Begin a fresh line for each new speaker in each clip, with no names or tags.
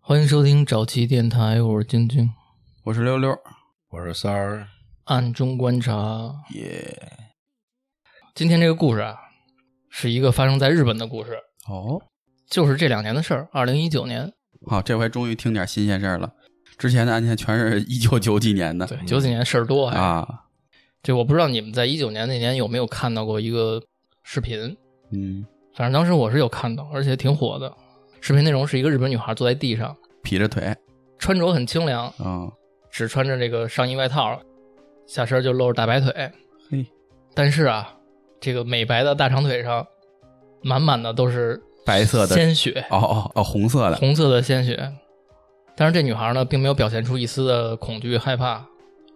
欢迎收听早期电台，我是晶晶。
我是溜溜，
我是三儿，
暗中观察，
耶、
今天这个故事啊，是一个发生在日本的故事，
哦，
就是这两年的事儿，二零一九年，
好，这回终于听点新鲜事儿了。之前的案件全是一九九几年的，
对，九几年事儿多还、
嗯啊，
这我不知道你们在一九年那年有没有看到过一个视频，
嗯，
反正当时我是有看到，而且挺火的。视频内容是一个日本女孩坐在地上，
劈着腿，
穿着很清凉，
嗯，
只穿着这个上衣外套，下身就露着大白腿。
嘿，
但是啊，这个美白的大长腿上，满满的都是
白色的
鲜血，
哦哦哦，红色 的，
红色的鲜血。但是这女孩呢，并没有表现出一丝的恐惧、害怕，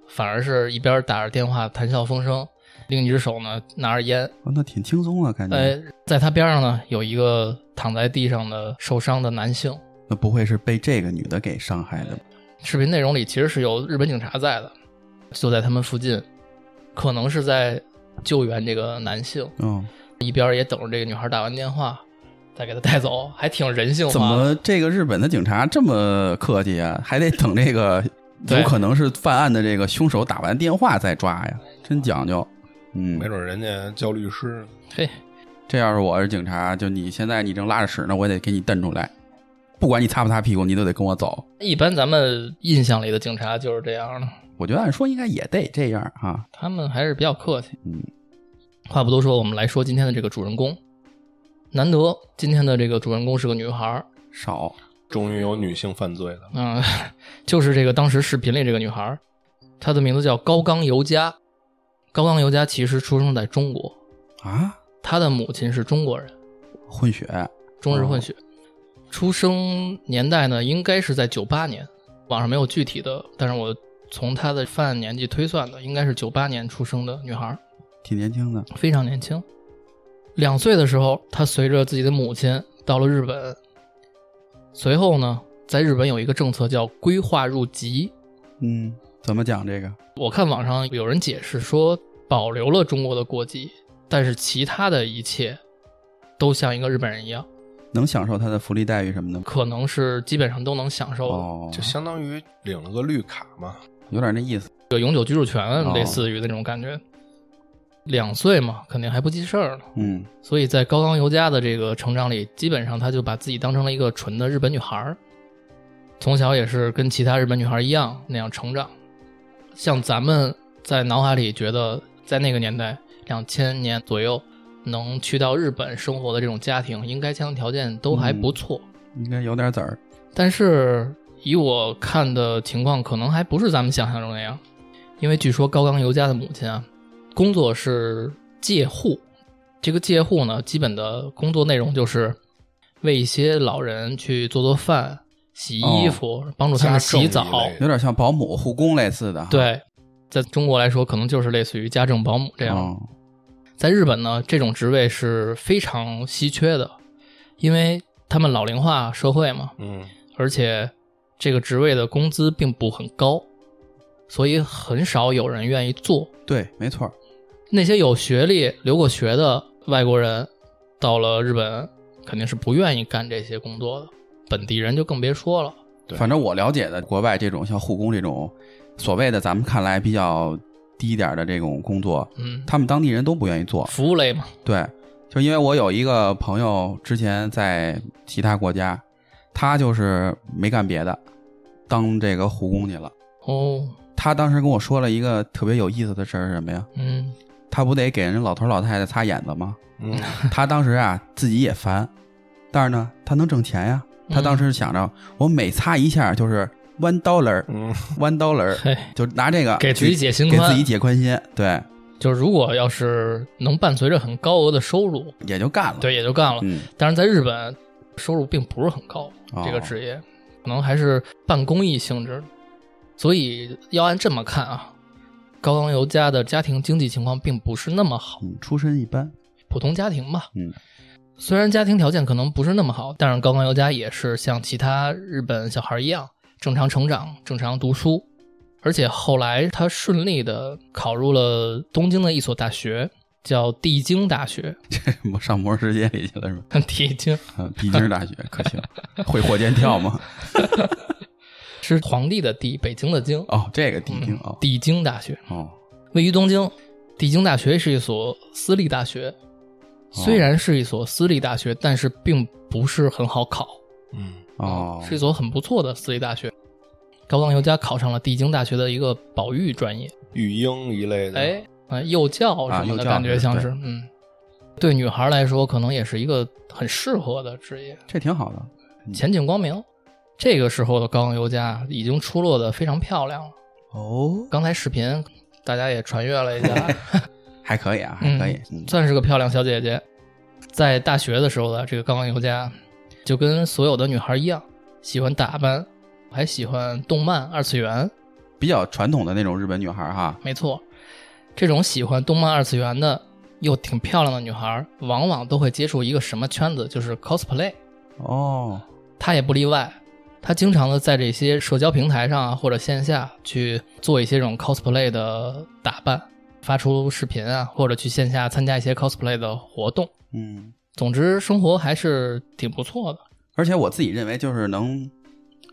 反而是一边打着电话谈笑风生，另一只手呢拿着烟。
哦那挺轻松啊，感觉，
哎，在她边上呢有一个躺在地上的受伤的男性。
那不会是被这个女的给伤害的吧？
视频内容里其实是有日本警察在的，就在他们附近，可能是在救援这个男性，
嗯，
一边也等着这个女孩打完电话，再给她带走，还挺人性化的。
怎么这个日本的警察这么客气啊？还得等这个
对
有可能是犯案的这个凶手打完电话再抓呀，真讲究。嗯，
没准人家叫律师，
嘿，
这要是我是警察，就你现在你正拉着屎呢，我也得给你蹬出来，不管你擦不擦屁股，你都得跟我走。
一般咱们印象里的警察就是这样的，
我觉得按说应该也得这样啊。
他们还是比较客气。
嗯，
话不多说，我们来说今天的这个主人公。难得今天的这个主人公是个女孩儿，
少
终于有女性犯罪了。
嗯， 就是这个当时视频里这个女孩儿，她的名字叫高冈由佳。高冈由佳其实出生在中国，
啊，
她的母亲是中国人，
混血
中日混血。出生年代呢，应该是在九八年，网上没有具体的，但是我从她的犯案年纪推算的，应该是九八年出生的女孩儿，
挺年轻的。
非常年轻。两岁的时候，她随着自己的母亲到了日本。随后呢，在日本有一个政策叫“规划入籍”，
嗯，怎么讲这个？
我看网上有人解释说，保留了中国的国籍，但是其他的一切都像一个日本人一样，
能享受他的福利待遇什么的吗？
可能是基本上都能享受、
哦，
就相当于领了个绿卡嘛，
有点那意思。
这个永久居住权，
哦
类似于那种感觉。两岁嘛，肯定还不记事儿呢，
嗯，
所以在高冈由佳的这个成长里，基本上她就把自己当成了一个纯的日本女孩儿，从小也是跟其他日本女孩儿一样那样成长。像咱们在脑海里觉得，在那个年代，两千年左右能去到日本生活的这种家庭，应该家庭条件都还不错。
应该有点子儿。
但是以我看的情况，可能还不是咱们想象中那样，因为据说高冈由佳的母亲啊，工作是介护，这个介护呢，基本的工作内容就是为一些老人去做做饭、洗衣服，帮助他们洗
哦家政一
澡
类。的
有点像保姆、护工类似的。，
对，在中国来说，可能就是类似于家政保姆这样。
哦、
在日本呢，这种职位是非常稀缺的，因为他们老龄化社会嘛，
嗯，
而且这个职位的工资并不很高，所以很少有人愿意做。
对，没错儿。
那些有学历、留过学的外国人，到了日本肯定是不愿意干这些工作的，本地人就更别说了。
对
反正我了解的，国外这种像护工这种所谓的咱们看来比较低一点的这种工作，
嗯，
他们当地人都不愿意做。
服务类嘛，
对，就因为我有一个朋友之前在其他国家，他就是没干别的，当这个护工去了。
哦，
他当时跟我说了一个特别有意思的事儿，是什么呀？
嗯，
他不得给人老头老太太擦眼子吗？
嗯，
他当时啊自己也烦，但是呢，他能挣钱呀。
嗯
他当时想着，我每擦一下就是 one dollar
嗯，
one dollar，
嘿，
就拿这个
给自己解心
给自
宽
己，解宽心，对，
就是如果要是能伴随着很高额的收入，
也就干了。
对，也就干了。
嗯，
但是在日本，收入并不是很高，
哦
这个职业可能还是半公益性质的，所以要按这么看啊，高冈由家的家庭经济情况并不是那么好，
嗯，出身一般，
普通家庭吧。
嗯，
虽然家庭条件可能不是那么好，但是高冈由家也是像其他日本小孩一样正常成长、正常读书，而且后来他顺利的考入了东京的一所大学，叫帝京大学，
我 上魔兽世界里去了是吧？
帝京
嗯，毕竟大学可行，会火箭跳吗？
是皇帝的帝，北京的京，
哦，这个地精
嗯
哦
帝京大学
哦，
位于东京。帝京大学是一所私立大学，
哦
虽然是一所私立大学，但是并不是很好考，
嗯，
哦
是一所很不错的私立大学。高仓由佳考上了帝京大学的一个保育专业，
育婴一类的，
哎，啊，幼教什么的
啊幼教
感觉像是，
对
嗯，对女孩来说，可能也是一个很适合的职业，
这挺好的，
前景光明。这个时候的高仓由佳已经出落的非常漂亮了。
哦，
刚才视频大家也传阅了一 下，
还可以啊，还
嗯
可以，嗯
算是个漂亮小姐姐。在大学的时候的这个高仓由佳，就跟所有的女孩一样，喜欢打扮，还喜欢动漫二次元。
比较传统的那种日本女孩哈，
没错，这种喜欢动漫二次元的又挺漂亮的女孩，往往都会接触一个什么圈子，就是 cosplay。
哦，
她也不例外，她经常的在这些社交平台上啊或者线下去做一些这种 cosplay 的打扮，发出视频啊，或者去线下参加一些 cosplay 的活动。
嗯，
总之，生活还是挺不错的。
而且我自己认为，就是能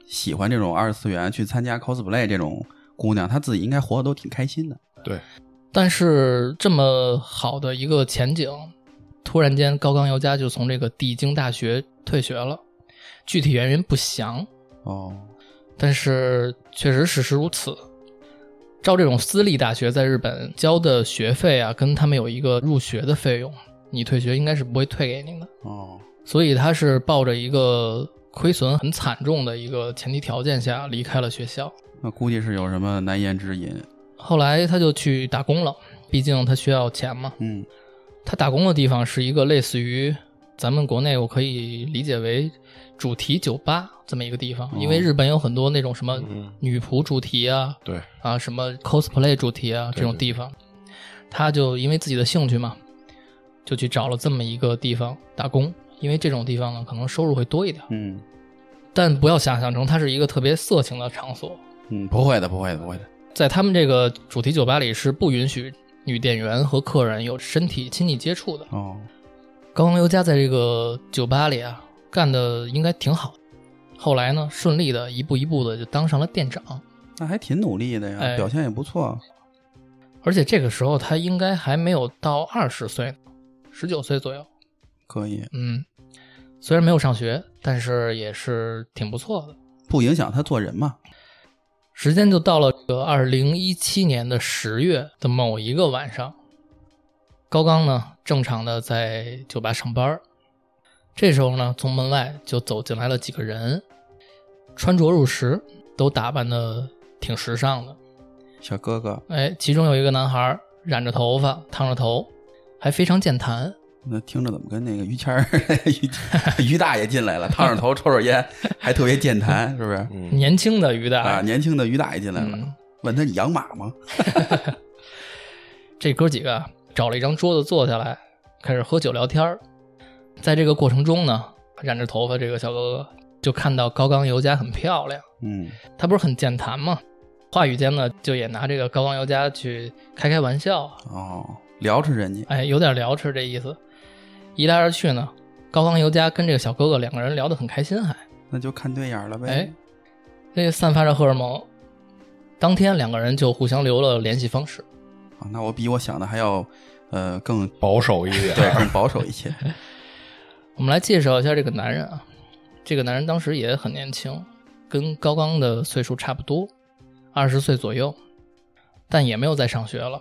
喜欢这种二次元去参加 cosplay 这种姑娘，她自己应该活得都挺开心的。
对，
但是这么好的一个前景，突然间高冈由佳就从这个帝京大学退学了，具体原因不详，
哦，
但是确实事实如此。照这种私立大学在日本交的学费啊，跟他们有一个入学的费用，你退学应该是不会退给您的，
哦，
所以他是抱着一个亏损很惨重的一个前提条件下离开了学校。
那估计是有什么难言之隐。
后来他就去打工了，毕竟他需要钱嘛。
嗯，
他打工的地方是一个类似于咱们国内，我可以理解为主题酒吧这么一个地方，因为日本有很多那种什么
嗯
女仆主题啊，
对，
啊什么 cosplay 主题啊这种地方，他就因为自己的兴趣嘛，就去找了这么一个地方打工，因为这种地方呢可能收入会多一点，
嗯
但不要想象成它是一个特别色情的场所，
嗯，不会的，不会的，不会的。
在他们这个主题酒吧里是不允许女店员和客人有身体亲密接触的。
哦，
高光优佳在这个酒吧里啊干的应该挺好，后来呢顺利的一步一步的就当上了店长，
那还挺努力的呀，
哎
表现也不错。
而且这个时候他应该还没有到二十岁，十九岁左右。
可以，
嗯，虽然没有上学，但是也是挺不错的。
不影响她做人嘛。
时间就到了这二零一七年的十月的某一个晚上，高刚呢正常的在酒吧上班儿，这时候呢从门外就走进来了几个人，穿着入时，都打扮的挺时尚的。
小哥哥，
哎，其中有一个男孩儿染着头发，烫着头，还非常健谈。
那听着怎么跟那个于谦儿、 于于大爷进来了，烫着头抽着烟，还特别健谈，是不是？
嗯，
年轻的于大
啊，年轻的于大爷进来了，
嗯
问他你养马吗？
这哥几个啊找了一张桌子坐下来，开始喝酒聊天儿。在这个过程中呢，染着头发这个小哥哥就看到高冈由佳很漂亮，
嗯，
她不是很健谈吗？话语间呢，就也拿这个高冈由佳去开开玩笑啊，
哦，聊着人家，
哎，有点聊吃这意思。一来二去呢，高冈由佳跟这个小哥哥两个人聊得很开心还，
那就看对眼儿了呗。
哎这个散发着荷尔蒙。当天两个人就互相留了联系方式。
啊，那我比我想的还要，呃， 更
保守一
啊
点，
对，更保守一些。
我们来介绍一下这个男人啊，这个男人当时也很年轻，跟高刚的岁数差不多，二十岁左右，但也没有在上学了。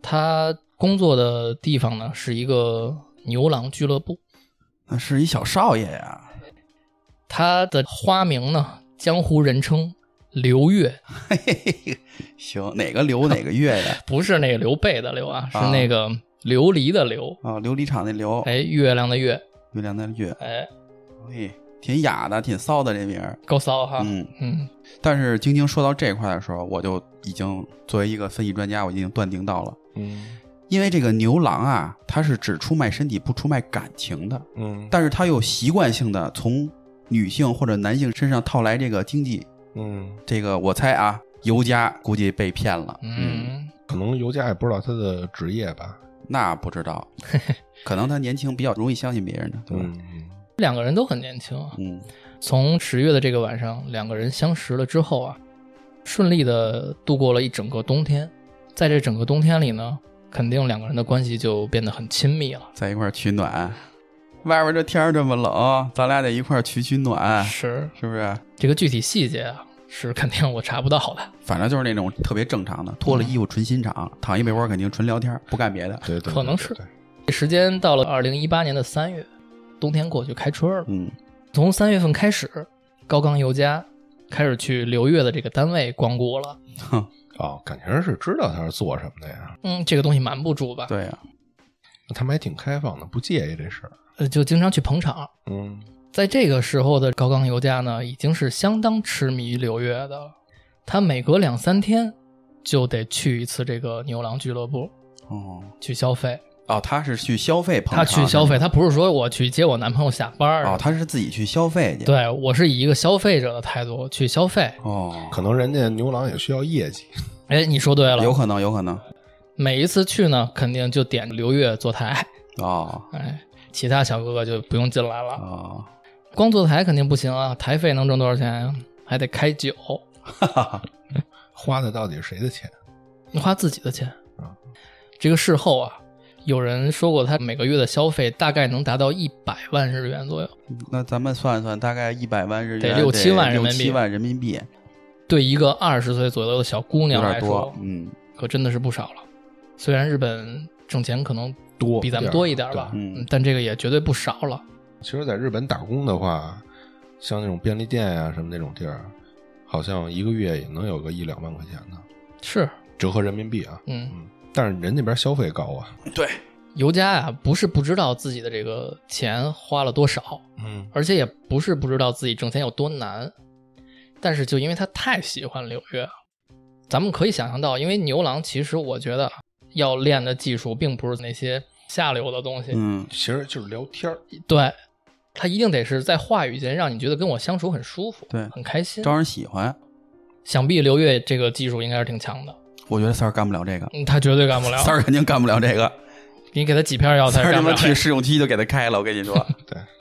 他工作的地方呢是一个牛郎俱乐部，
那是一小少爷呀，
他的花名呢江湖人称刘月，
嘿嘿嘿，行，哪个流哪个月呀？
不是那个刘备的刘啊，是
啊
那个琉璃的琉，
啊，琉璃厂那刘，
哎，月亮的月，
月亮的月，
哎，
哎，挺雅的，挺骚的这名儿。
够骚哈，
嗯，
嗯
但是晶晶说到这块的时候，我就已经作为一个分析专家，我已经断定到了，
嗯
因为这个牛郎啊，他是只出卖身体不出卖感情的，
嗯
但是他又习惯性的从女性或者男性身上套来这个经济，
嗯，
这个我猜啊，尤佳估计被骗了。
嗯，
可能尤佳也不知道他的职业吧，
那不知道，可能他年轻比较容易相信别人呢，对吧？
嗯，
两个人都很年轻啊。
嗯
从十月的这个晚上，两个人相识了之后啊，顺利的度过了一整个冬天。在这整个冬天里呢，肯定两个人的关系就变得很亲密了。
在一块儿取暖。外边这天儿这么冷，咱俩得一块儿取取暖，
是
是不是？
这个具体细节啊，是肯定我查不到的，
反正就是那种特别正常的，脱了衣服纯欣赏，躺一被窝肯定纯聊天，不干别的。
对，对
可能是。时间到了二零一八年的三月，冬天过去开春了。
嗯，
从三月份开始，高冈由佳开始去刘月的这个单位光顾了。
哦，感情是知道他是做什么的呀，
嗯，这个东西瞒不住吧？
对啊呀、
那他们还挺开放的，不介意这事儿。
呃，就经常去捧场。
嗯，
在这个时候的高冈由佳呢，已经是相当痴迷于刘月的了。他每隔两三天就得去一次这个牛郎俱乐部
哦
去消费。
哦，他是去消费捧
他
场，
去消费，他不是说我去接我男朋友下班儿
哦，他是自己去消费去。
对我是以一个消费者的态度去消费。
哦，
可能人家牛郎也需要业绩。
哎，你说对了，
有可能，有可能。
每一次去呢，肯定就点刘月坐台，
哦
哎，其他小哥哥就不用进来了。
哦，
光坐台肯定不行啊，台费能挣多少钱呀、还得开酒，
花的到底是谁的钱？
你花自己的钱
啊。
这个事后啊，有人说过他每个月的消费大概能达到一百万日元左右，
那咱们算一算，大概一百万日元
得六七万人
六
民币
七万人民币，
对一个二十岁左右的小姑
有
娘
点
来
多
说，，
嗯
可真的是不少了。虽然日本挣钱可能
多
比咱们
点儿
多一点吧，
对嗯
嗯但这个也绝对不少了。
其实，在日本打工的话，像那种便利店呀、什么那种地儿，好像一个月也能有个一两万块钱呢，
是，
折合人民币啊。
嗯，
但是人那边消费高啊。
尤佳啊，不是不知道自己的这个钱花了多少，
嗯，
而且也不是不知道自己挣钱有多难，但是就因为他太喜欢柳月了，咱们可以想象到，因为牛郎其实我觉得要练的技术并不是那些下流的东西，
嗯，
其实就是聊天儿。
对他一定得是在话语间让你觉得跟我相处很舒服，
对
很开心。
招人喜欢。
想必刘月这个技术应该是挺强的，
我觉得三儿干不了这个，
嗯他绝对干不了。
三儿肯定干不了这个。
你给他几片药，哦他
三
也
儿他
干不
妈
了。
去试用期就给他开了，我跟你 说，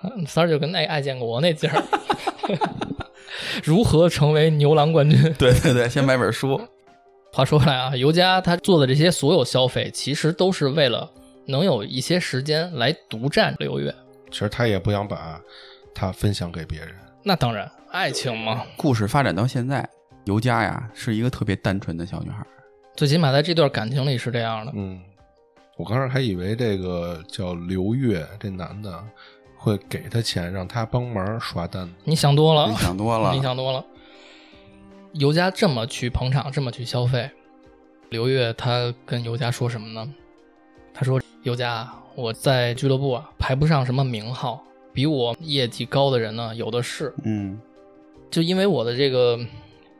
嗯三儿就跟那爱建国那劲儿， 如何成为牛郎冠军？
对对对，先买本书，
话说回来啊，尤佳他做的这些所有消费，其实都是为了能有一些时间来独占六月。
其实他也不想把他分享给别人。
那当然，爱情嘛，
故事发展到现在，尤佳呀是一个特别单纯的小女孩，
最起码在这段感情里是这样的。
嗯，我刚开始还以为这个叫刘月这男的会给他钱让他帮忙刷单呢。
你想多了，
你想多了
啊你。想多了。尤佳这么去捧场，这么去消费，刘月他跟尤佳说什么呢？他说：“尤佳啊，我在俱乐部啊排不上什么名号，比我业绩高的人呢有的是。
嗯，
就因为我的这个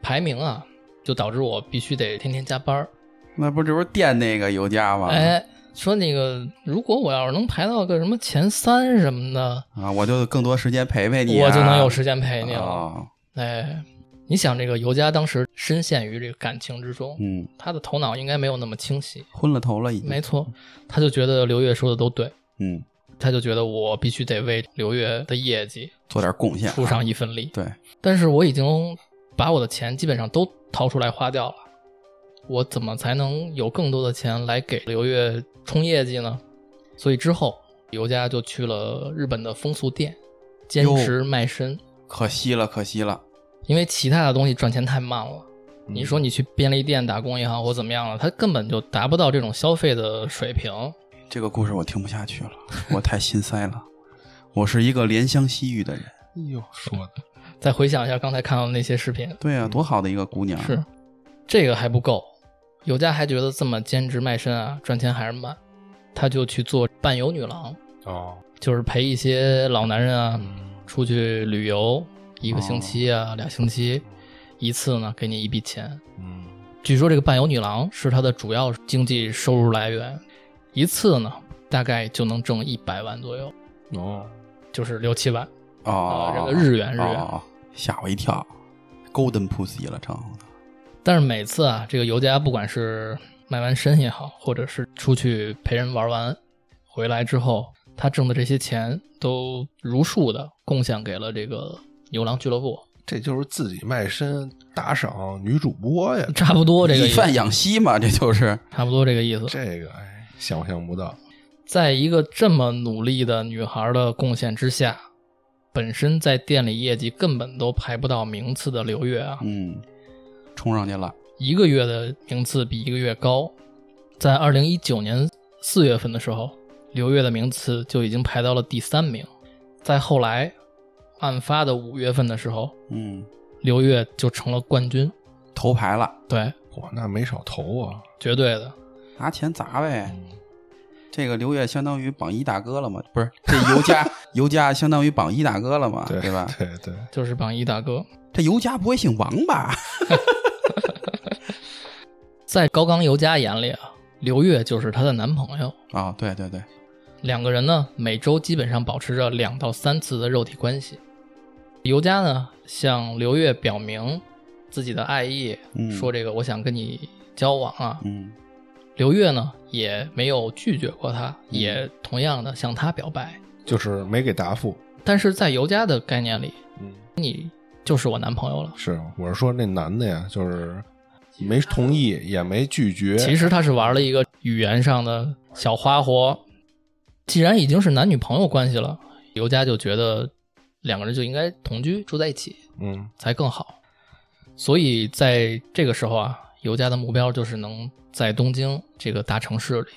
排名啊，就导致我必须得天天加班儿。
那不这不是垫那个尤佳吗？
哎，说那个如果我要是能排到个什么前三什么的，
啊，我就更多时间陪陪你啊、
我就能有时间陪你了。
哦
哎，你想这个尤佳当时深陷于这个感情之中，
嗯，
他的头脑应该没有那么清晰。
昏了头了已经。
没错，他就觉得刘月说的都对，
嗯，
他就觉得我必须得为刘月的业绩
做点贡献、啊，
出上一份力。
对，
但是我已经把我的钱基本上都掏出来花掉了，我怎么才能有更多的钱来给刘月冲业绩呢？所以之后，尤佳就去了日本的风俗店，兼职卖身，
可惜了，可惜了。
因为其他的东西赚钱太慢了。
嗯
你说你去便利店打工也好，或怎么样了，他根本就达不到这种消费的水平。
这个故事我听不下去了，我太心塞了。我是一个怜香惜玉的人。
哎呦，说的
再回想一下刚才看到的那些视频，
对啊，多好的一个姑娘。
是，这个还不够，有家还觉得这么兼职卖身啊，赚钱还是慢，他就去做伴游女郎，
哦，
就是陪一些老男人啊
嗯
出去旅游，一个星期啊、俩星期一次呢，给你一笔钱。
嗯，
据说这个伴游女郎是他的主要经济收入来源，一次呢大概就能挣一百万左右，
哦，
就是六七万啊、
哦，
这个日元日元。
哦，吓我一跳，Golden Pussy 了，成。
但是每次啊，这个尤佳不管是卖完身也好，或者是出去陪人玩完，回来之后，他挣的这些钱都如数的贡献给了这个牛郎俱乐部，
这就是自己卖身打赏女主播呀，
差不多这个意
以
思，
贩养吸嘛，这就是
差不多这个意思。
这个哎，想象不到。
在一个这么努力的女孩的贡献之下，本身在店里业绩根本都排不到名次的刘月啊，
嗯，冲上去了。
一个月的名次比一个月高。在二零一九年四月份的时候，刘月的名次就已经排到了第三名。再后来，案发的五月份的时候，
嗯，
刘月就成了冠军，
头牌了，
对，
哇，那没少投啊！
绝对的。
拿钱砸呗。
嗯
这个刘烨相当于榜一大哥了嘛？不是，这尤 佳尤佳相当于榜一大哥了嘛？
对
啊对吧？
对对，
就是榜一大哥，
这尤佳不会姓王吧？
在高冈由佳眼里啊，刘月就是她的男朋友。
啊、对对对，
两个人呢，每周基本上保持着两到三次的肉体关系。尤佳呢，向刘月表明自己的爱意，
嗯
说这个我想跟你交往啊。
嗯
刘月呢，也没有拒绝过他，也同样的向他表白。
就是没给答复。
但是在尤佳的概念里，
嗯，
就是我男朋友了。
是，我是说那男的呀，就是没同意，也没拒绝。
其实他是玩了一个语言上的小花活。既然已经是男女朋友关系了，尤佳就觉得两个人就应该同居住在一起。
嗯，
才更好。所以在这个时候啊，尤佳的目标就是能在东京这个大城市里，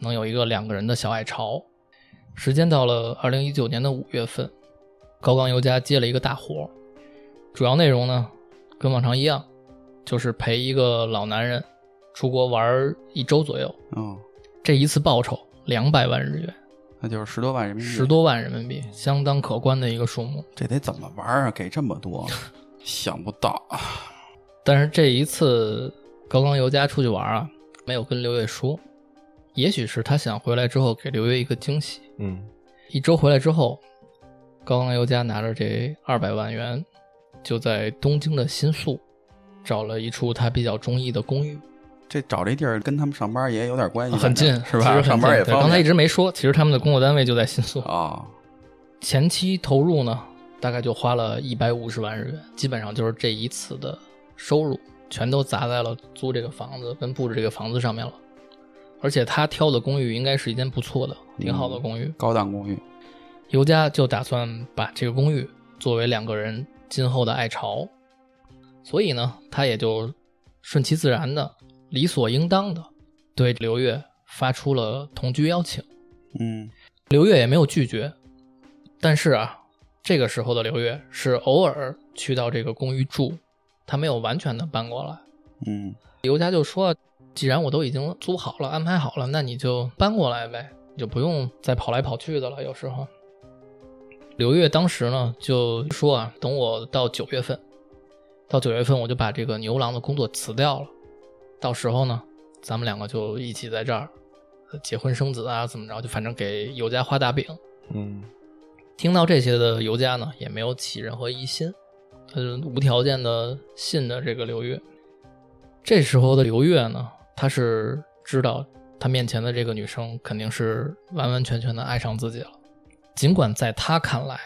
能有一个两个人的小爱巢。时间到了二零一九年的五月份，高冈尤佳接了一个大活儿，主要内容呢跟往常一样，就是陪一个老男人出国玩儿一周左右。
哦，
这一次报酬两百万日元，
那就是十多万人民币。
十，多万人民币，相当可观的一个数目。
这得怎么玩啊？给这 么多，想不到啊。
但是这一次高冈由佳出去玩啊，没有跟刘月说，也许是他想回来之后给刘月一个惊喜。
嗯，
一周回来之后，高冈由佳拿着这二百万元，就在东京的新宿找了一处他比较中意的公寓，
这找这地儿跟他们上班也有点关系，
很近，其实
是吧？
很近
上班也
对
方便。
刚才一直没说，其实他们的工作单位就在新宿。
啊，
前期投入呢，大概就花了一百五十万日元，基本上就是这一次的收入全都砸在了租这个房子跟布置这个房子上面了。而且他挑的公寓应该是一间不错的、挺好的公寓。
高档公寓，
尤佳就打算把这个公寓作为两个人今后的爱巢，所以呢，他也就顺其自然的、理所应当的对刘月发出了同居邀请。
嗯，
刘月也没有拒绝，但是啊，这个时候的刘月是偶尔去到这个公寓住，她没有完全的搬过来。
嗯，
尤佳就说：“既然我都已经租好了、安排好了，那你就搬过来呗，你就不用再跑来跑去的了。有时候，刘月当时呢就说啊，等我到九月份，到九月份我就把这个牛郎的工作辞掉了，到时候呢，咱们两个就一起在这儿呃结婚生子啊，怎么着，就反正给尤佳画大饼。”
嗯，
听到这些的尤佳呢，也没有起任何疑心，他就无条件的信的这个刘月。这时候的刘月呢，他是知道他面前的这个女生肯定是完完全全的爱上自己了，尽管在他看来，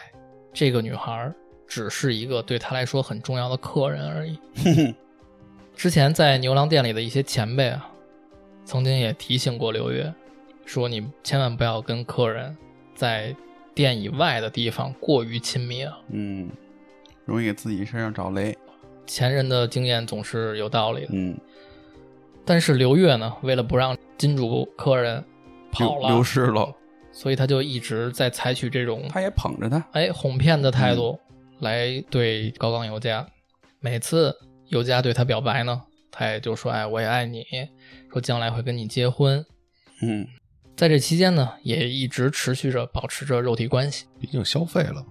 这个女孩只是一个对他来说很重要的客人而已。之前在牛郎店里的一些前辈啊，曾经也提醒过刘月，说你千万不要跟客人在店以外的地方过于亲密啊。
嗯，容易给自己身上找雷。
前人的经验总是有道理的，
嗯，
但是刘月呢，为了不让金主客人跑
流流
了，
失了，
所以他就一直在采取这种
他嗯也捧着他。
哎哄骗的态度来对高岗尤佳。每次尤佳对他表白呢，他也就说哎我也爱你，说将来会跟你结婚。
嗯，
在这期间呢，也一直持续着保持着肉体关系。
毕竟消费了嘛。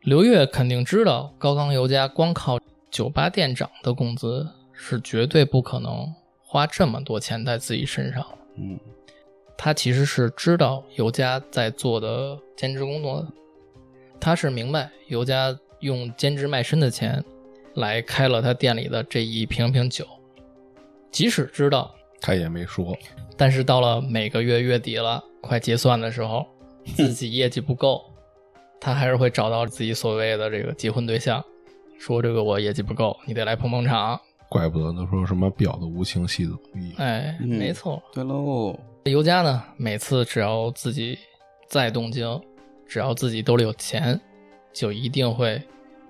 刘月肯定知道高冈由佳光靠酒吧店长的工资是绝对不可能花这么多钱在自己身上的。
嗯，
他其实是知道尤佳在做的兼职工作的，他是明白尤佳用兼职卖身的钱来开了他店里的这一瓶瓶酒，即使知道
他也没说，
但是到了每个月月底了，快结算的时候，自己业绩不够，他还是会找到自己所谓的这个结婚对象，说这个我业绩不够，你得来捧捧场。
怪不得都说什么婊子无情，戏子无义。
哎，
嗯
没错。
对喽，
尤佳呢，每次只要自己在东京，只要自己兜里有钱，就一定会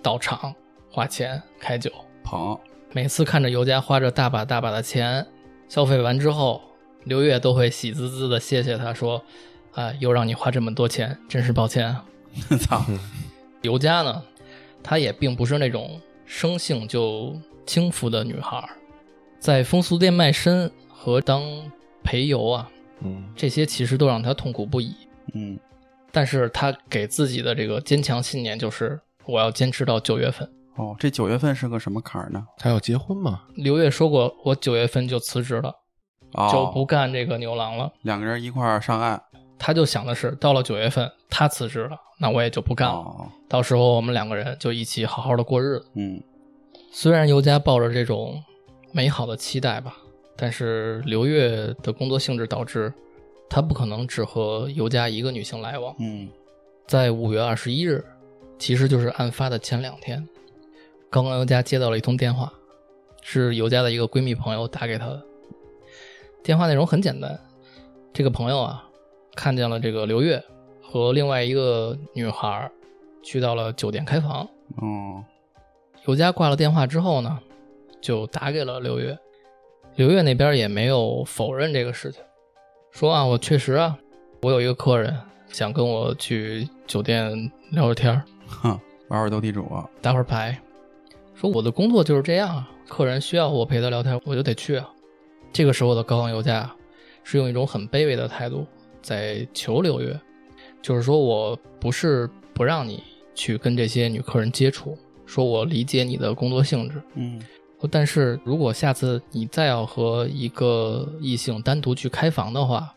到场花钱开酒。
捧，
每次看着尤佳花着大把大把的钱，消费完之后，刘月都会喜滋滋的谢谢他说：“啊、又让你花这么多钱，真是抱歉啊。
操，”
尤佳呢，她也并不是那种生性就轻浮的女孩儿，在风俗店卖身和当陪游啊，
嗯，
这些其实都让她痛苦不已。
嗯
但是她给自己的这个坚强信念就是我要坚持到九月份。
哦，这九月份是个什么坎儿呢？
他要结婚嘛？
刘月说过，我九月份就辞职了，
哦，
就不干这个牛郎了。
两个人一块儿上岸，
他就想的是，到了九月份他辞职了，那我也就不干了。
哦，
到时候我们两个人就一起好好的过日子。
嗯
虽然尤佳抱着这种美好的期待吧，但是刘月的工作性质导致他不可能只和尤佳一个女性来往。
嗯，
在五月二十一日，其实就是案发的前两天，刚刚尤佳接到了一通电话，是尤佳的一个闺蜜朋友打给她的。电话内容很简单，这个朋友啊，看见了这个刘月和另外一个女孩儿去到了酒店开房。
哦，
尤佳挂了电话之后呢，就打给了刘月，刘月那边也没有否认这个事情，说啊，我确实啊，我有一个客人想跟我去酒店聊聊天儿，
哼，玩玩斗地主，
打会儿牌，说我的工作就是这样啊，客人需要我陪他聊天，我就得去啊。这个时候的高昂油价啊是用一种很卑微的态度在求刘月，就是说我不是不让你去跟这些女客人接触，说我理解你的工作性质，
嗯
但是如果下次你再要和一个异性单独去开房的话，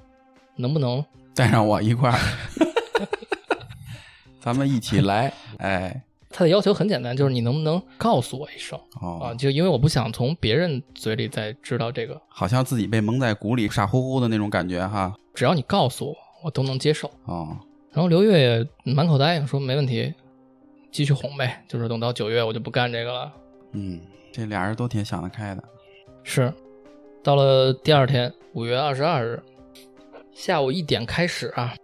能不能
带上我一 块儿，咱们一起 来，哎，
他的要求很简单，就是你能不能告诉我一声啊？
哦，
就因为我不想从别人嘴里再知道这个，
好像自己被蒙在鼓里，傻乎乎的那种感觉哈，
只要你告诉我，我都能接受。
哦，
然后刘月也满口答应说没问题，继续哄呗，就是等到九月我就不干这个了。
嗯，这俩人都挺想得开的，
是，到了第二天，五月二十二日下午一点开始啊，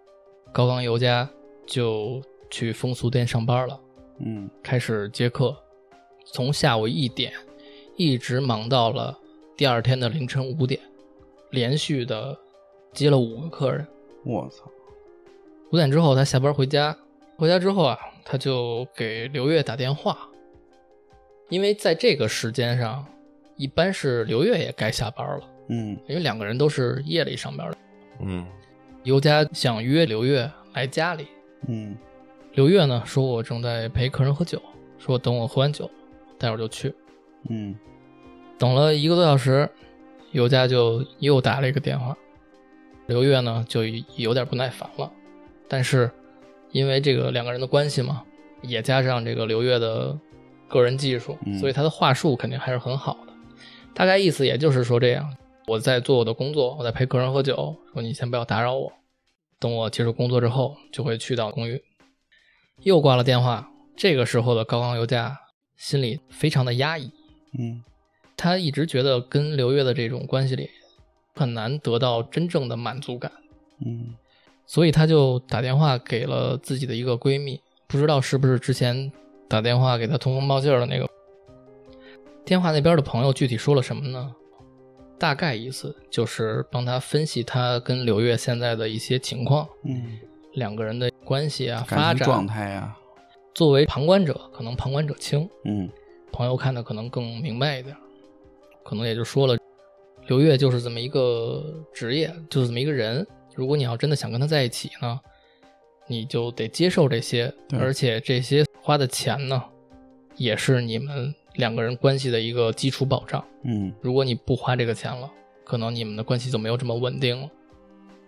高冈由家就去风俗店上班了，
嗯，
开始接客，从下午一点一直忙到了第二天的凌晨五点，连续的接了五个客人。
我操，
五点之后，他下班回家。回家之后啊，他就给刘月打电话，因为在这个时间上，一般是刘月也该下班了，
嗯
因为两个人都是夜里上班的。
嗯，
尤佳想约刘月来家里，
嗯
刘月呢说：“我正在陪客人喝酒，说等我喝完酒，待会儿就去。
嗯，”
等了一个多小时，尤佳就又打了一个电话，刘月呢就有点不耐烦了，但是因为这个两个人的关系嘛，也加上这个刘月的个人技术，
嗯
所以他的话术肯定还是很好的。大概意思也就是说这样，我在做我的工作，我在陪客人喝酒，说你先不要打扰我，等我结束工作之后就会去到公寓。又挂了电话，这个时候的高岗油价心里非常的压抑，
嗯
他一直觉得跟刘月的这种关系里很难得到真正的满足感，
嗯
所以他就打电话给了自己的一个闺蜜，不知道是不是之前打电话给她通风报信儿的那个。电话那边的朋友具体说了什么呢？大概意思就是帮他分析他跟刘月现在的一些情况，
嗯，
两个人的关系啊发
感情状
展。
态呀，
作为旁观者，可能旁观者清，
嗯
朋友看的可能更明白一点儿，可能也就说了，刘月就是这么一个职业，就是这么一个人。如果你要真的想跟他在一起呢，你就得接受这些，
对
而且这些花的钱呢，也是你们两个人关系的一个基础保障。
嗯
如果你不花这个钱了，可能你们的关系就没有这么稳定了。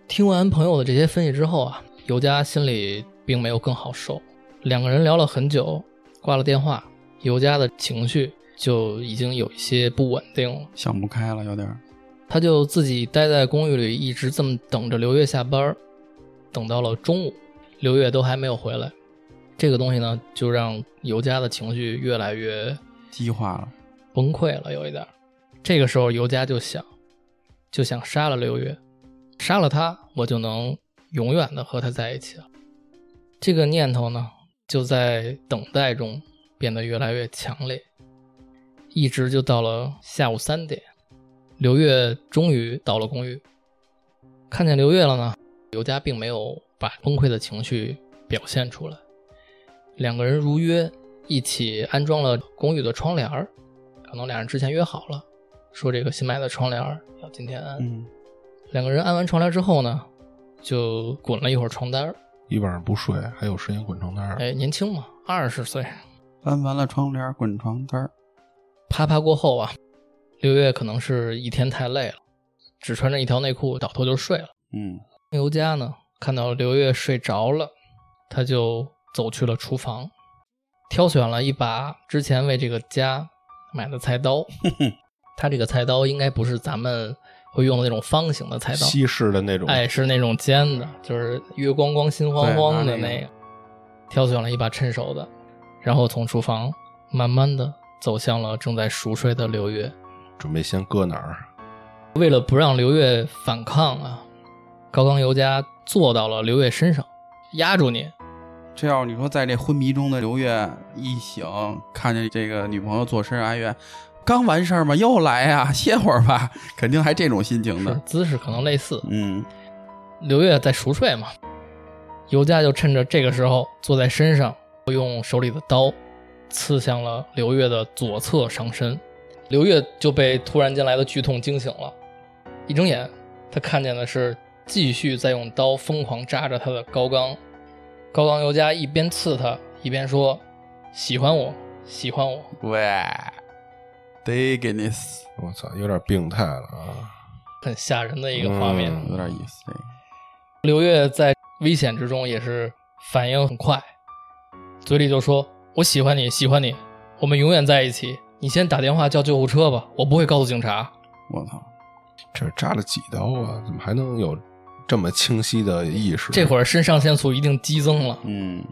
听完朋友的这些分析之后啊，尤佳心里并没有更好受。两个人聊了很久，挂了电话，尤佳的情绪就已经有一些不稳定了。
想不开了，有点儿，
他就自己待在公寓里，一直这么等着刘月下班儿，等到了中午，刘月都还没有回来。这个东西呢，就让尤佳的情绪越来越
激化了。
崩溃了，有一点儿。这个时候，尤佳就想，就想杀了刘月，杀了他，我就能永远的和他在一起了。这个念头呢，就在等待中变得越来越强烈，一直就到了下午三点，刘月终于到了公寓，看见刘月了呢，尤佳并没有把崩溃的情绪表现出来，两个人如约一起安装了公寓的窗帘儿。可能俩人之前约好了，说这个新买的窗帘儿要今天安。
嗯，
两个人安完窗帘之后呢，就滚了一会儿床单儿。
一晚上不睡，还有时间滚床单儿。
哎，年轻嘛，二十岁，
翻完了窗帘，滚床单儿，
啪啪过后啊，六月可能是一天太累了，只穿着一条内裤倒头就睡了。
嗯，
尤佳呢，看到刘月睡着了，他就走去了厨房，挑选了一把之前为这个家买的菜刀。他这个菜刀应该不是咱们会用的那种方形的菜刀，
西式的那种，
哎，是那种尖的，就是月光光、心慌慌的那
对拿那
个。挑选了一把趁手的，然后从厨房慢慢的走向了正在熟睡的刘月。
准备先搁哪儿？
为了不让刘月反抗啊，高冈由佳坐到了刘月身上，压住你。
这要是你说在这昏迷中的刘月一醒，看见这个女朋友坐身而哀怨，刚完事儿嘛，又来呀、歇会儿吧，肯定还这种心情
是
的。
姿势可能类似，
嗯，
刘月在熟睡嘛，尤佳就趁着这个时候坐在身上，用手里的刀刺向了刘月的左侧上身。刘月就被突然间来的剧痛惊醒了，一睁眼，她看见的是继续在用刀疯狂扎着她的高刚。高刚尤佳一边刺她，一边说：“喜欢我，喜欢我。
喂，得给你死，
我操，有点病态了啊！”
很吓人的一个画面。
嗯
有点意思。这个
刘月在危险之中也是反应很快，嘴里就说：“我喜欢你，喜欢你，我们永远在一起。你先打电话叫救护车吧，我不会告诉警察。
我操，
这扎了几刀啊？怎么还能有这么清晰的意识？”
这会儿肾上腺素一定激增了。
嗯，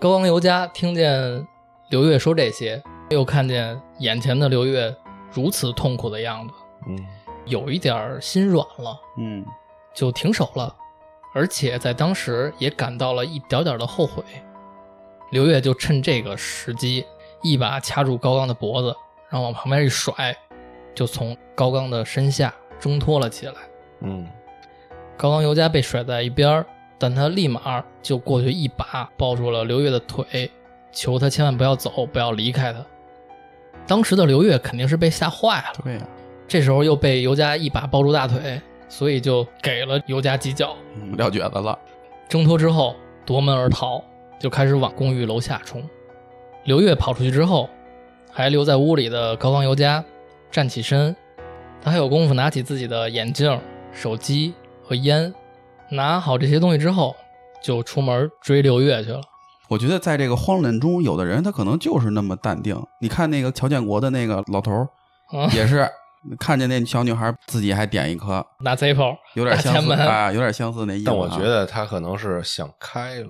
高冈由佳听见刘月说这些，又看见眼前的刘月如此痛苦的样子，
嗯，
有一点儿心软了，
嗯，
就停手了，而且在当时也感到了一点点的后悔。刘月就趁这个时机，一把掐住高刚的脖子，然后往旁边一甩，就从高刚的身下挣脱了起来。
嗯，
高刚尤佳被甩在一边儿，但他立马就过去一把抱住了刘月的腿，求他千万不要走，不要离开他。当时的刘月肯定是被吓坏了，
对呀、
这时候又被尤佳一把抱住大腿，所以就给了尤佳几脚。
嗯，撂蹶子了。
挣脱之后夺门而逃，就开始往公寓楼下冲。刘月跑出去之后，还留在屋里的高冈由佳站起身，他还有功夫拿起自己的眼镜、手机和烟。拿好这些东西之后，就出门追刘月去了。
我觉得在这个慌乱中，有的人他可能就是那么淡定。你看那个乔建国的那个老头儿，
嗯，
也是看见那小女孩，自己还点一颗，
拿 Zippo
有点相
大前
似
门
啊，有点相似那意思啊。
但我觉得他可能是想开了。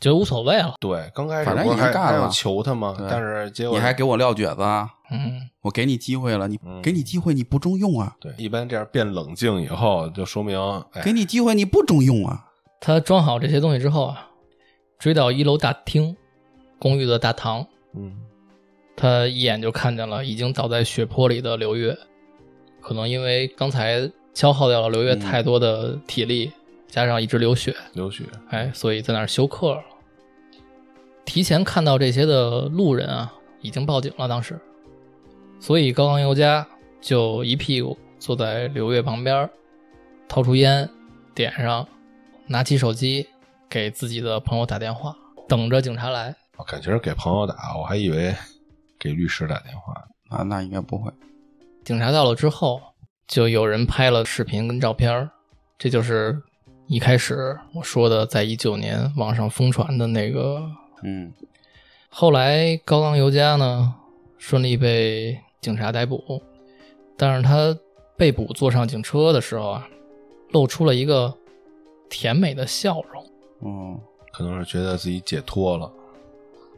觉得无所谓了。
对，刚开始
反正
不是
已经
还
干
还
了
有求他吗？
对
但是结果
你还给我撂蹶子啊！
嗯，
我给你机会了，你
嗯
给你机会你不中用啊，
对，一般这样变冷静以后，就说明哎
给你机会你不中用啊。
他装好这些东西之后啊，追到一楼大厅，公寓的大堂，
嗯，
他一眼就看见了已经倒在血泊里的刘月，可能因为刚才消耗掉了刘月太多的体力，加上一直流血，
流血，
哎，所以在那儿休克了。提前看到这些的路人啊，已经报警了，当时，所以高冈由佳就一屁股坐在刘月旁边儿，掏出烟点上，拿起手机给自己的朋友打电话，等着警察来。
我感觉是给朋友打，我还以为给律师打电话。
啊，那应该不会。
警察到了之后，就有人拍了视频跟照片儿，这就是一开始我说的，在一九年网上疯传的那个。
嗯，
后来高冈由佳呢，顺利被警察逮捕，但是他被捕坐上警车的时候啊，露出了一个甜美的笑容。
哦，
可能是觉得自己解脱了，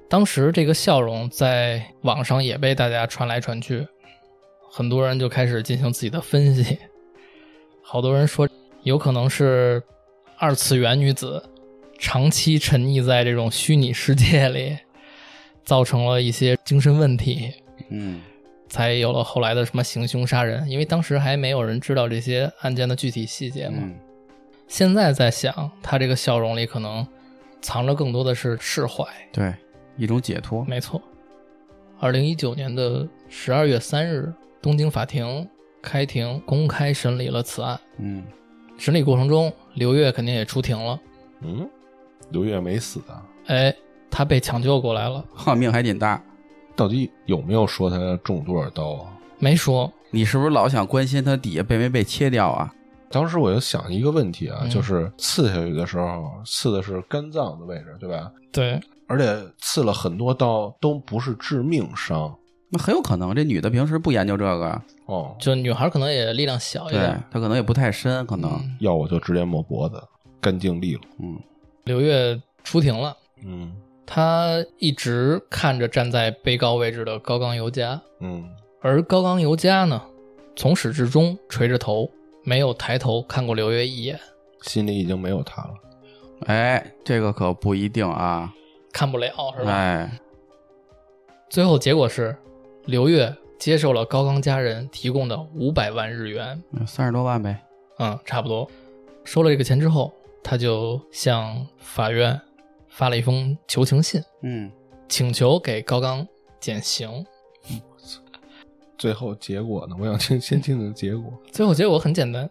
当时这个笑容在网上也被大家传来传去，很多人就开始进行自己的分析。 好多人说，有可能是二次元女子长期沉溺在这种虚拟世界里， 造成了一些精神问题，
嗯
才有了后来的什么行凶杀人。因为当时还没有人知道这些案件的具体细节嘛。
嗯
现在在想，他这个笑容里可能藏着更多的是释怀。
对，一种解脱。
没错，二零一九年的十二月三日，东京法庭开庭公开审理了此案。
嗯，
审理过程中，刘月肯定也出庭了。
嗯，刘月没死啊，
哎，她被抢救过来了，
哈，命还挺大。
到底有没有说他中多少刀啊？
没说。
你是不是老想关心他底下被没被切掉啊？
当时我就想一个问题啊，
嗯
就是刺下去的时候刺的是肝脏的位置，对吧？
对，
而且刺了很多刀都不是致命伤
那很有可能这女的平时不研究这个，
哦，
就女孩可能也力量小一
对
点。
她可能也不太深，可能
嗯
要我就直接抹脖子，干净利落。
嗯
刘月出庭了，
嗯
她一直看着站在被告位置的高冈由佳，
嗯，
而高冈由佳呢，从始至终垂着头，没有抬头看过刘月一眼，
心里已经没有他了。
哎，这个可不一定啊，
看不了是吧？
哎，
最后结果是，刘月接受了高刚家人提供的五百万日元，
三十多万呗，
嗯，差不多。收了这个钱之后，他就向法院发了一封求情信，
嗯，
请求给高刚减刑。
最后结果呢？我想听先听听结果。嗯
最后结果很简单，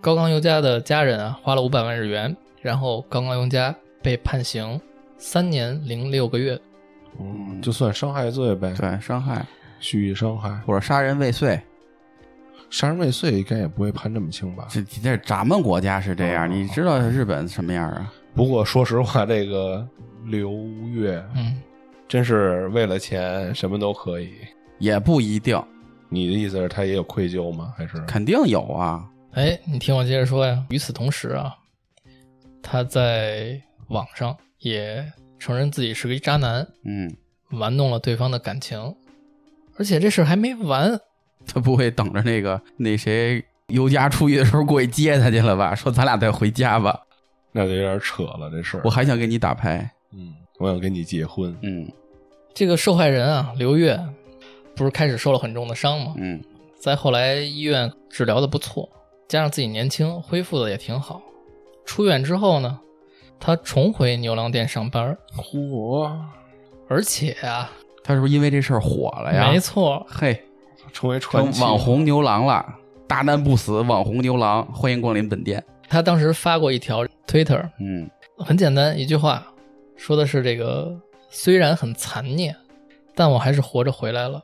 高刚尤家的家人啊花了五百万日元，然后高刚尤家被判刑三年零六个月。
嗯，就算伤害罪呗，
对，伤害
蓄意伤害、
或者杀人未遂，
杀人未遂，应该也不会判这么轻吧？
这这咱们国家是这样，
哦
你知道日本什么样啊？
不过说实话，这个刘月
嗯，
真是为了钱什么都可以。
也不一定，
你的意思是他也有愧疚吗？还是
肯定有啊，
哎，你听我接着说呀。与此同时啊，他在网上也承认自己是个渣男，
嗯，
玩弄了对方的感情，而且这事儿还没完。
他不会等着那个那谁尤佳出狱的时候过去接他去了吧？说咱俩再回家吧，
那就有点扯了这事儿
我。还想给你打牌，
嗯，我想跟你结婚。
嗯
这个受害人啊，刘月，不是开始受了很重的伤吗？
嗯
再后来医院治疗的不错，加上自己年轻，恢复的也挺好。出院之后呢，他重回牛郎店上班，
嚯，
而且啊，
他是不是因为这事儿火了哎呀？
没，错，
嘿，
成为
成
传奇
网红牛郎了，大难不死，网红牛郎，欢迎光临本店。
他当时发过一条 Twitter，
嗯，
很简单一句话，说的是这个虽然很残念，但我还是活着回来了。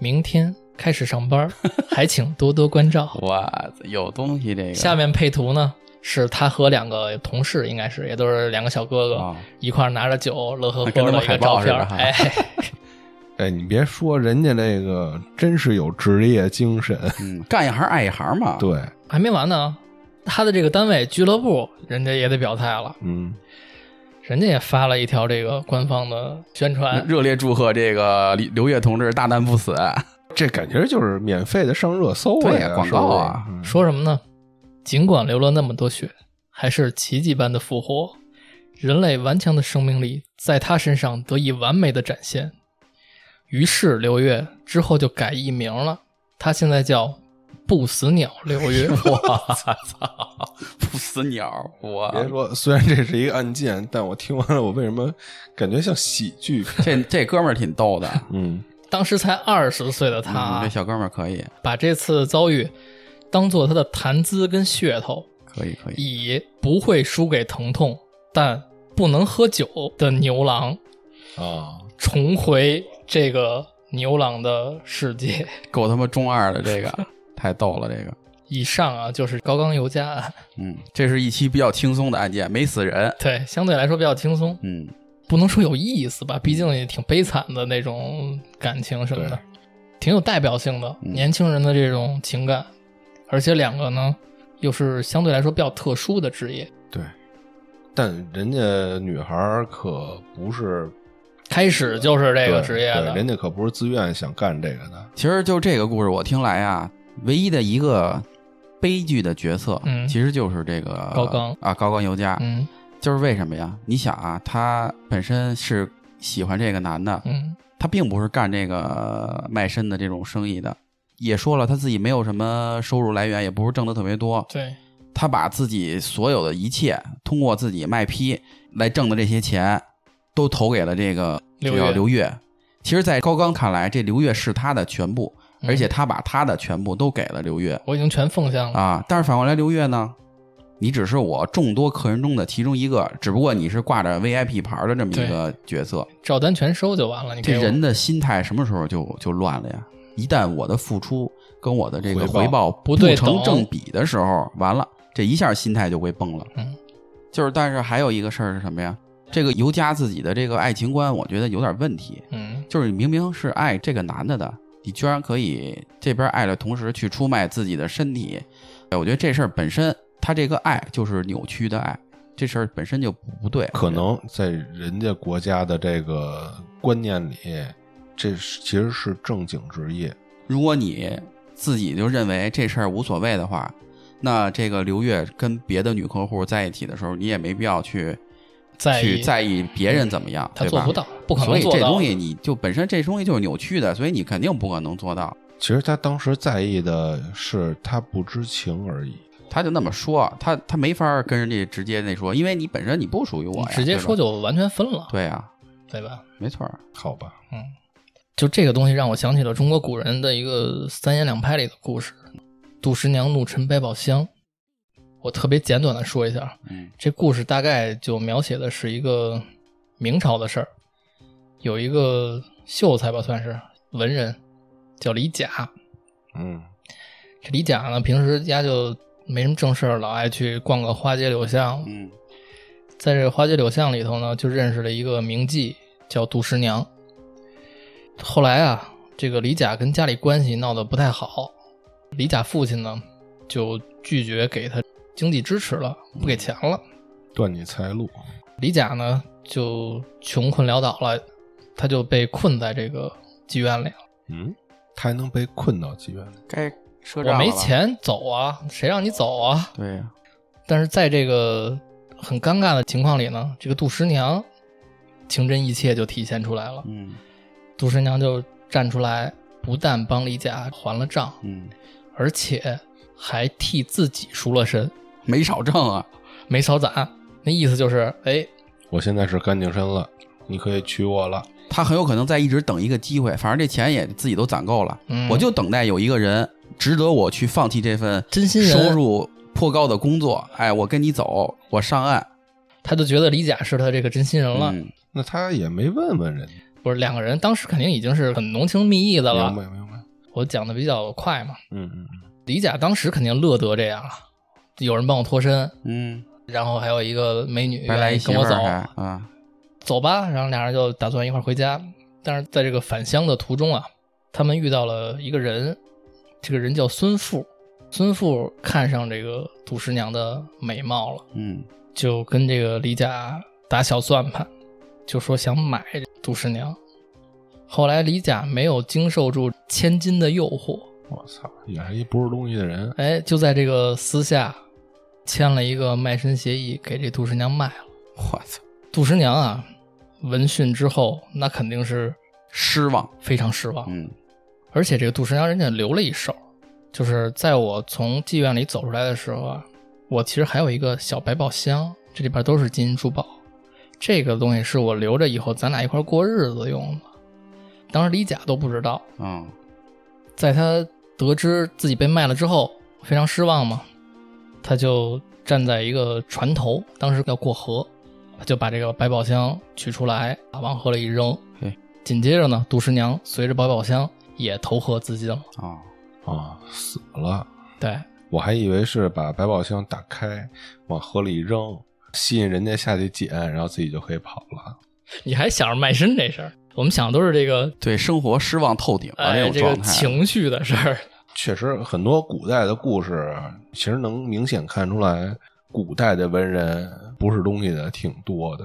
明天开始上 班，还请多多关照。
哇塞，有东西这个。
下面配图呢是他和两个同事，应该是也都是两个小哥哥、
啊
一块儿拿着酒乐呵呵
跟他
的
们
一
海
个照
报
片儿。
似的哈
哎，
哎，你别说，人家这个真是有职业精神。
嗯，干一行爱一行嘛。，
对，
还没完呢，他的这个单位俱乐部人家也得表态了，
嗯，
人家也发了一条这个官方的宣传，
热烈祝贺这个李刘烨同志大难不死。
这感觉就是免费的上热搜
对
呀，
广告啊
是不是，
说什么呢？尽管流了那么多血，还是奇迹般的复活，人类顽强的生命力在他身上得以完美的展现。于是刘月之后就改艺名了，他现在叫不死鸟刘月。
我操，不死鸟，我
嗯别说，虽然这是一个案件，但我听完了，我为什么感觉像喜剧？
这这哥们儿挺逗的。
嗯，
当时才二十岁的
嗯
他啊
这，小哥们儿可以，
把这次遭遇当做他的谈资跟噱头，
可以，可以。
以不会输给疼痛，但不能喝酒的牛郎
啊，
重回这个牛郎的世界。
够他妈中二的这个，太逗了这个。
以上啊，就是高冈由佳案，
嗯，这是一期比较轻松的案件，没死人。
对，相对来说比较轻松，
嗯，
不能说有意思吧，毕竟也挺悲惨的那种感情什么的
对，
挺有代表性的
嗯
年轻人的这种情感。而且两个呢又是相对来说比较特殊的职业。
对，但人家女孩儿可不是
开始就是这个
对
职业
对
的，
人家可不是自愿想干这个的。
其实就这个故事，我听来啊，唯一的一个悲剧的角色，
嗯
其实就是这个
高岗
啊，高岗尤佳，
嗯
就是为什么呀？你想啊，他本身是喜欢这个男的，
嗯
他并不是干这个卖身的这种生意的。也说了，他自己没有什么收入来源，也不是挣的特别多。
对，
他把自己所有的一切，通过自己卖批来挣的这些钱，都投给了这个
刘
这
月
叫刘月。其实，在高刚看来，这刘月是他的全部，
嗯
而且他把他的全部都给了刘月
我已经全奉献了。
啊。但是反过来，刘月呢，你只是我众多客人中的其中一个，只不过你是挂着 VIP 牌的这么一个角色。
照单全收就完了。你
这
给我
人的心态什么时候就就乱了呀？一旦我的付出跟我的这个
回报
回报
不对等
成正比的时候，完了，这一下心态就会崩了。
嗯，
就是，但是还有一个事儿是什么呀？这个尤佳自己的这个爱情观，我觉得有点问题。
嗯，
就是你明明是爱这个男的的，你居然可以这边爱了，同时去出卖自己的身体，哎我觉得这事儿本身，他这个爱就是扭曲的爱，这事儿本身就不不对。
可能在人家国家的这个观念里，这是其实是正经职业。
如果你自己就认为这事儿无所谓的话，那这个刘月跟别的女客户在一起的时候，你也没必要去
在
去
意嗯
在意别人怎么样，
他
对
做
吧
不到，不可
所
能
以
做
这
到。
东西你就本身这东西就是扭曲的，所以你肯定不可能做到。
其实他当时在意的是他不知情而已。
他就那么说，他他没法跟人家直接那说，因为你本身你不属于我
你
呀，
直接说
就
就完全分了，
对啊，
对吧？
没错儿，
好吧，
就这个东西让我想起了中国古人的一个三言两拍里的故事，杜十娘怒沉百宝箱。我特别简短的说一下，啊
嗯
这故事大概就描写的是一个明朝的事儿，有一个秀才吧，算是文人，叫李甲。
嗯，
这李甲呢，平时家就没什么正事儿，老爱去逛个花街柳巷，
嗯
在这个花街柳巷里头呢，就认识了一个名妓，叫杜十娘。后来啊，这个李甲跟家里关系闹得不太好，李甲父亲呢就拒绝给他经济支持了，不给钱了。
断你财路。
李甲呢就穷困潦倒了，他就被困在这个妓院里了。
嗯，他还能被困到妓院里？
该
我
赊账了嗯
没
吧，
钱走啊，谁让你走啊？
对呀、
但是在这个很尴尬的情况里呢，这个杜十娘情真意切就体现出来了。
嗯
杜十娘就站出来，不但帮李甲还了账，
嗯，
而且还替自己赎了身，
没少挣啊，
没少攒。那意思就是，哎，
我现在是干净身了，你可以娶我了。
他很有可能在一直等一个机会，反正这钱也自己都攒够了，
嗯
我就等待有一个人值得我去放弃这份
真心人
收入颇高的工作。哎，我跟你走，我上岸
他就觉得李甲是他这个真心人了。
嗯
那他也没问问人家，
不是两个人当时肯定已经是很浓情蜜意的
明
了。
白明白。
我讲的比较快嘛，
嗯嗯嗯，
李甲当时肯定乐得这样了，有人帮我脱身，
嗯，
然后还有一个美女
白来一媳
跟
妇
我
儿
走，
还啊，
走吧，然后俩人就打算一块儿回家。但是在这个返乡的途中啊，他们遇到了一个人，这个人叫孙富。孙富看上这个杜十娘的美貌了，
嗯
就跟这个李甲打小算盘，就说想买杜十娘。后来李甲没有经受住千金的诱惑，
我操，也是一不是东西的人。
哎，就在这个私下签了一个卖身协议，给这杜十娘卖了。
我操，
杜十娘啊，闻讯之后，那肯定是
失望，
非常失望。
嗯
而且这个杜十娘人家留了一手，就是在我从妓院里走出来的时候啊，我其实还有一个小百宝箱，这里边都是金银珠宝，这个东西是我留着以后咱俩一块儿过日子用的。当时李甲都不知道，
嗯
在他得知自己被卖了之后，非常失望嘛，他就站在一个船头，当时要过河，他就把这个百宝箱取出来，往河里一扔
嘿。
紧接着呢，杜十娘随着百宝箱也投河自尽了。
哦，
啊，死了！
对，
我还以为是把百宝箱打开，往河里扔，吸引人家下去捡，然后自己就可以跑了。
你还想着卖身这事儿，我们想的都是这个
对生活失望透顶了
哎
种
啊
这个
状态，
情绪的事儿。
确实很多古代的故事，其实能明显看出来，古代的文人不是东西的挺多的。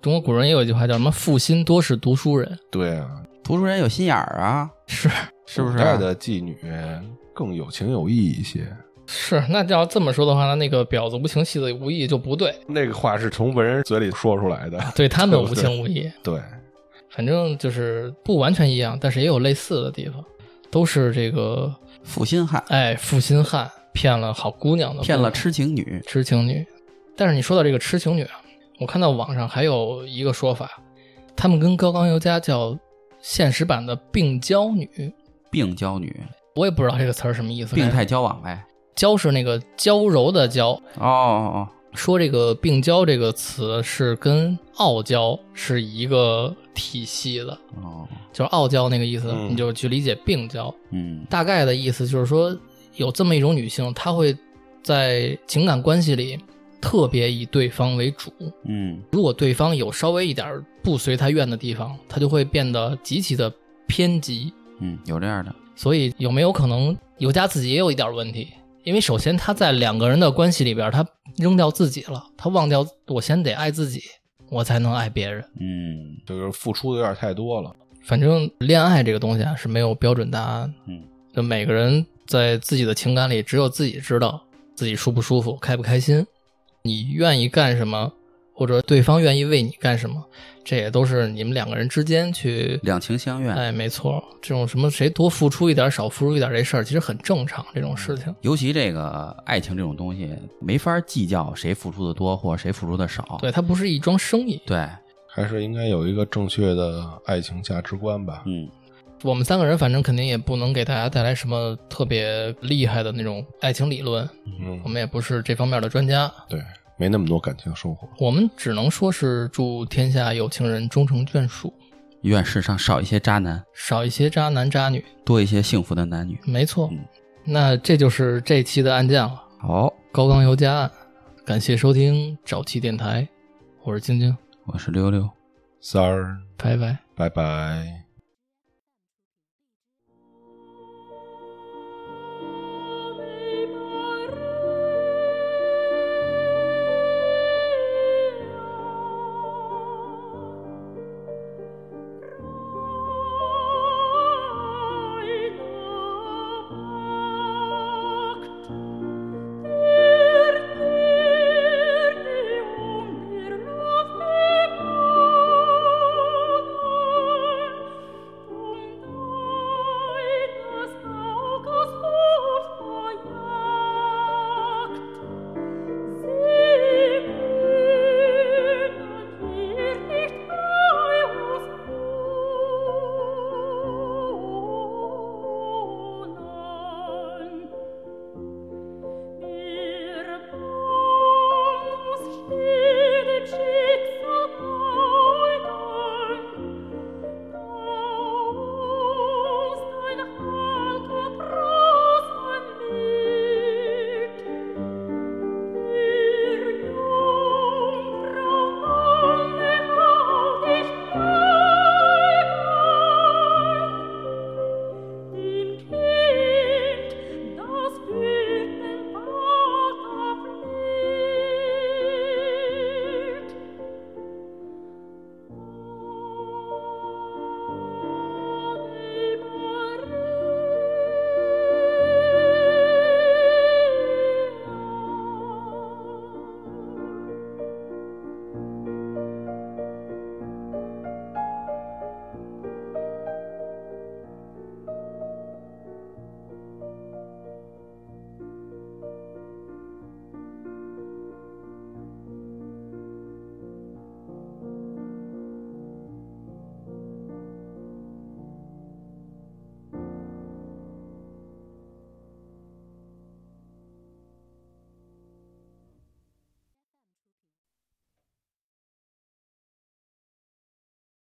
中国古人也有一句话叫什么“负心多是读书人
对啊，
读书人有心眼儿啊，”，
是
是不是啊
古？代的妓女更有情有义一些。
是。那要这么说的话，那那个婊子无情，戏子无义就不对，
那个话是从文人嘴里说出来的，
对他们
对不
无
对
情无义。
对，
反正就是不完全一样，但是也有类似的地方，都是这个
负心汉
哎负心汉骗了好姑娘的，
骗了痴情女，
痴情女。但是你说到这个痴情女啊，我看到网上还有一个说法，他们跟高冈由佳叫现实版的病娇女，
病娇女，
我也不知道这个词儿什么意思。
病态交往呗。
娇是那个娇柔的娇，
哦哦
说这个病娇这个词是跟傲娇是一个体系的，
哦哦，
就是傲娇那个意思，
嗯
你就去理解病娇。
嗯
大概的意思就是说，有这么一种女性，她会在情感关系里特别以对方为主。
嗯
如果对方有稍微一点儿不随她愿的地方，她就会变得极其的偏激。
嗯，有这样的，
所以，有没有可能尤佳自己也有一点问题？因为首先她在两个人的关系里边，她扔掉自己了，她忘掉我先得爱自己，我才能爱别人。
嗯
就是付出的有点太多了。
反正恋爱这个东西啊是没有标准答案，
嗯，
就每个人在自己的情感里，只有自己知道自己舒不舒服、开不开心，你愿意干什么，或者对方愿意为你干什么，这也都是你们两个人之间去。
两情相悦，
哎，没错，这种什么谁多付出一点，少付出一点这事儿，其实很正常。这种
嗯
事情，
尤其这个爱情这种东西，没法计较谁付出的多或者谁付出的少。
对，它不是一桩生意。
对，
还是应该有一个正确的爱情价值观吧。
嗯，
我们三个人反正肯定也不能给大家带来什么特别厉害的那种爱情理论，
嗯
我，们也不是这方面的专家。
对，没那么多感情生活。
我们只能说是祝天下有情人终成眷属，
愿世上少一些渣男，
少一些渣男渣女。
多一些幸福的男女。
没错
嗯，
那这就是这期的案件了——
好，
高岗油加案。感谢收听沼气电台，我是晶晶，
我是溜溜。
三儿，
拜拜。
拜拜。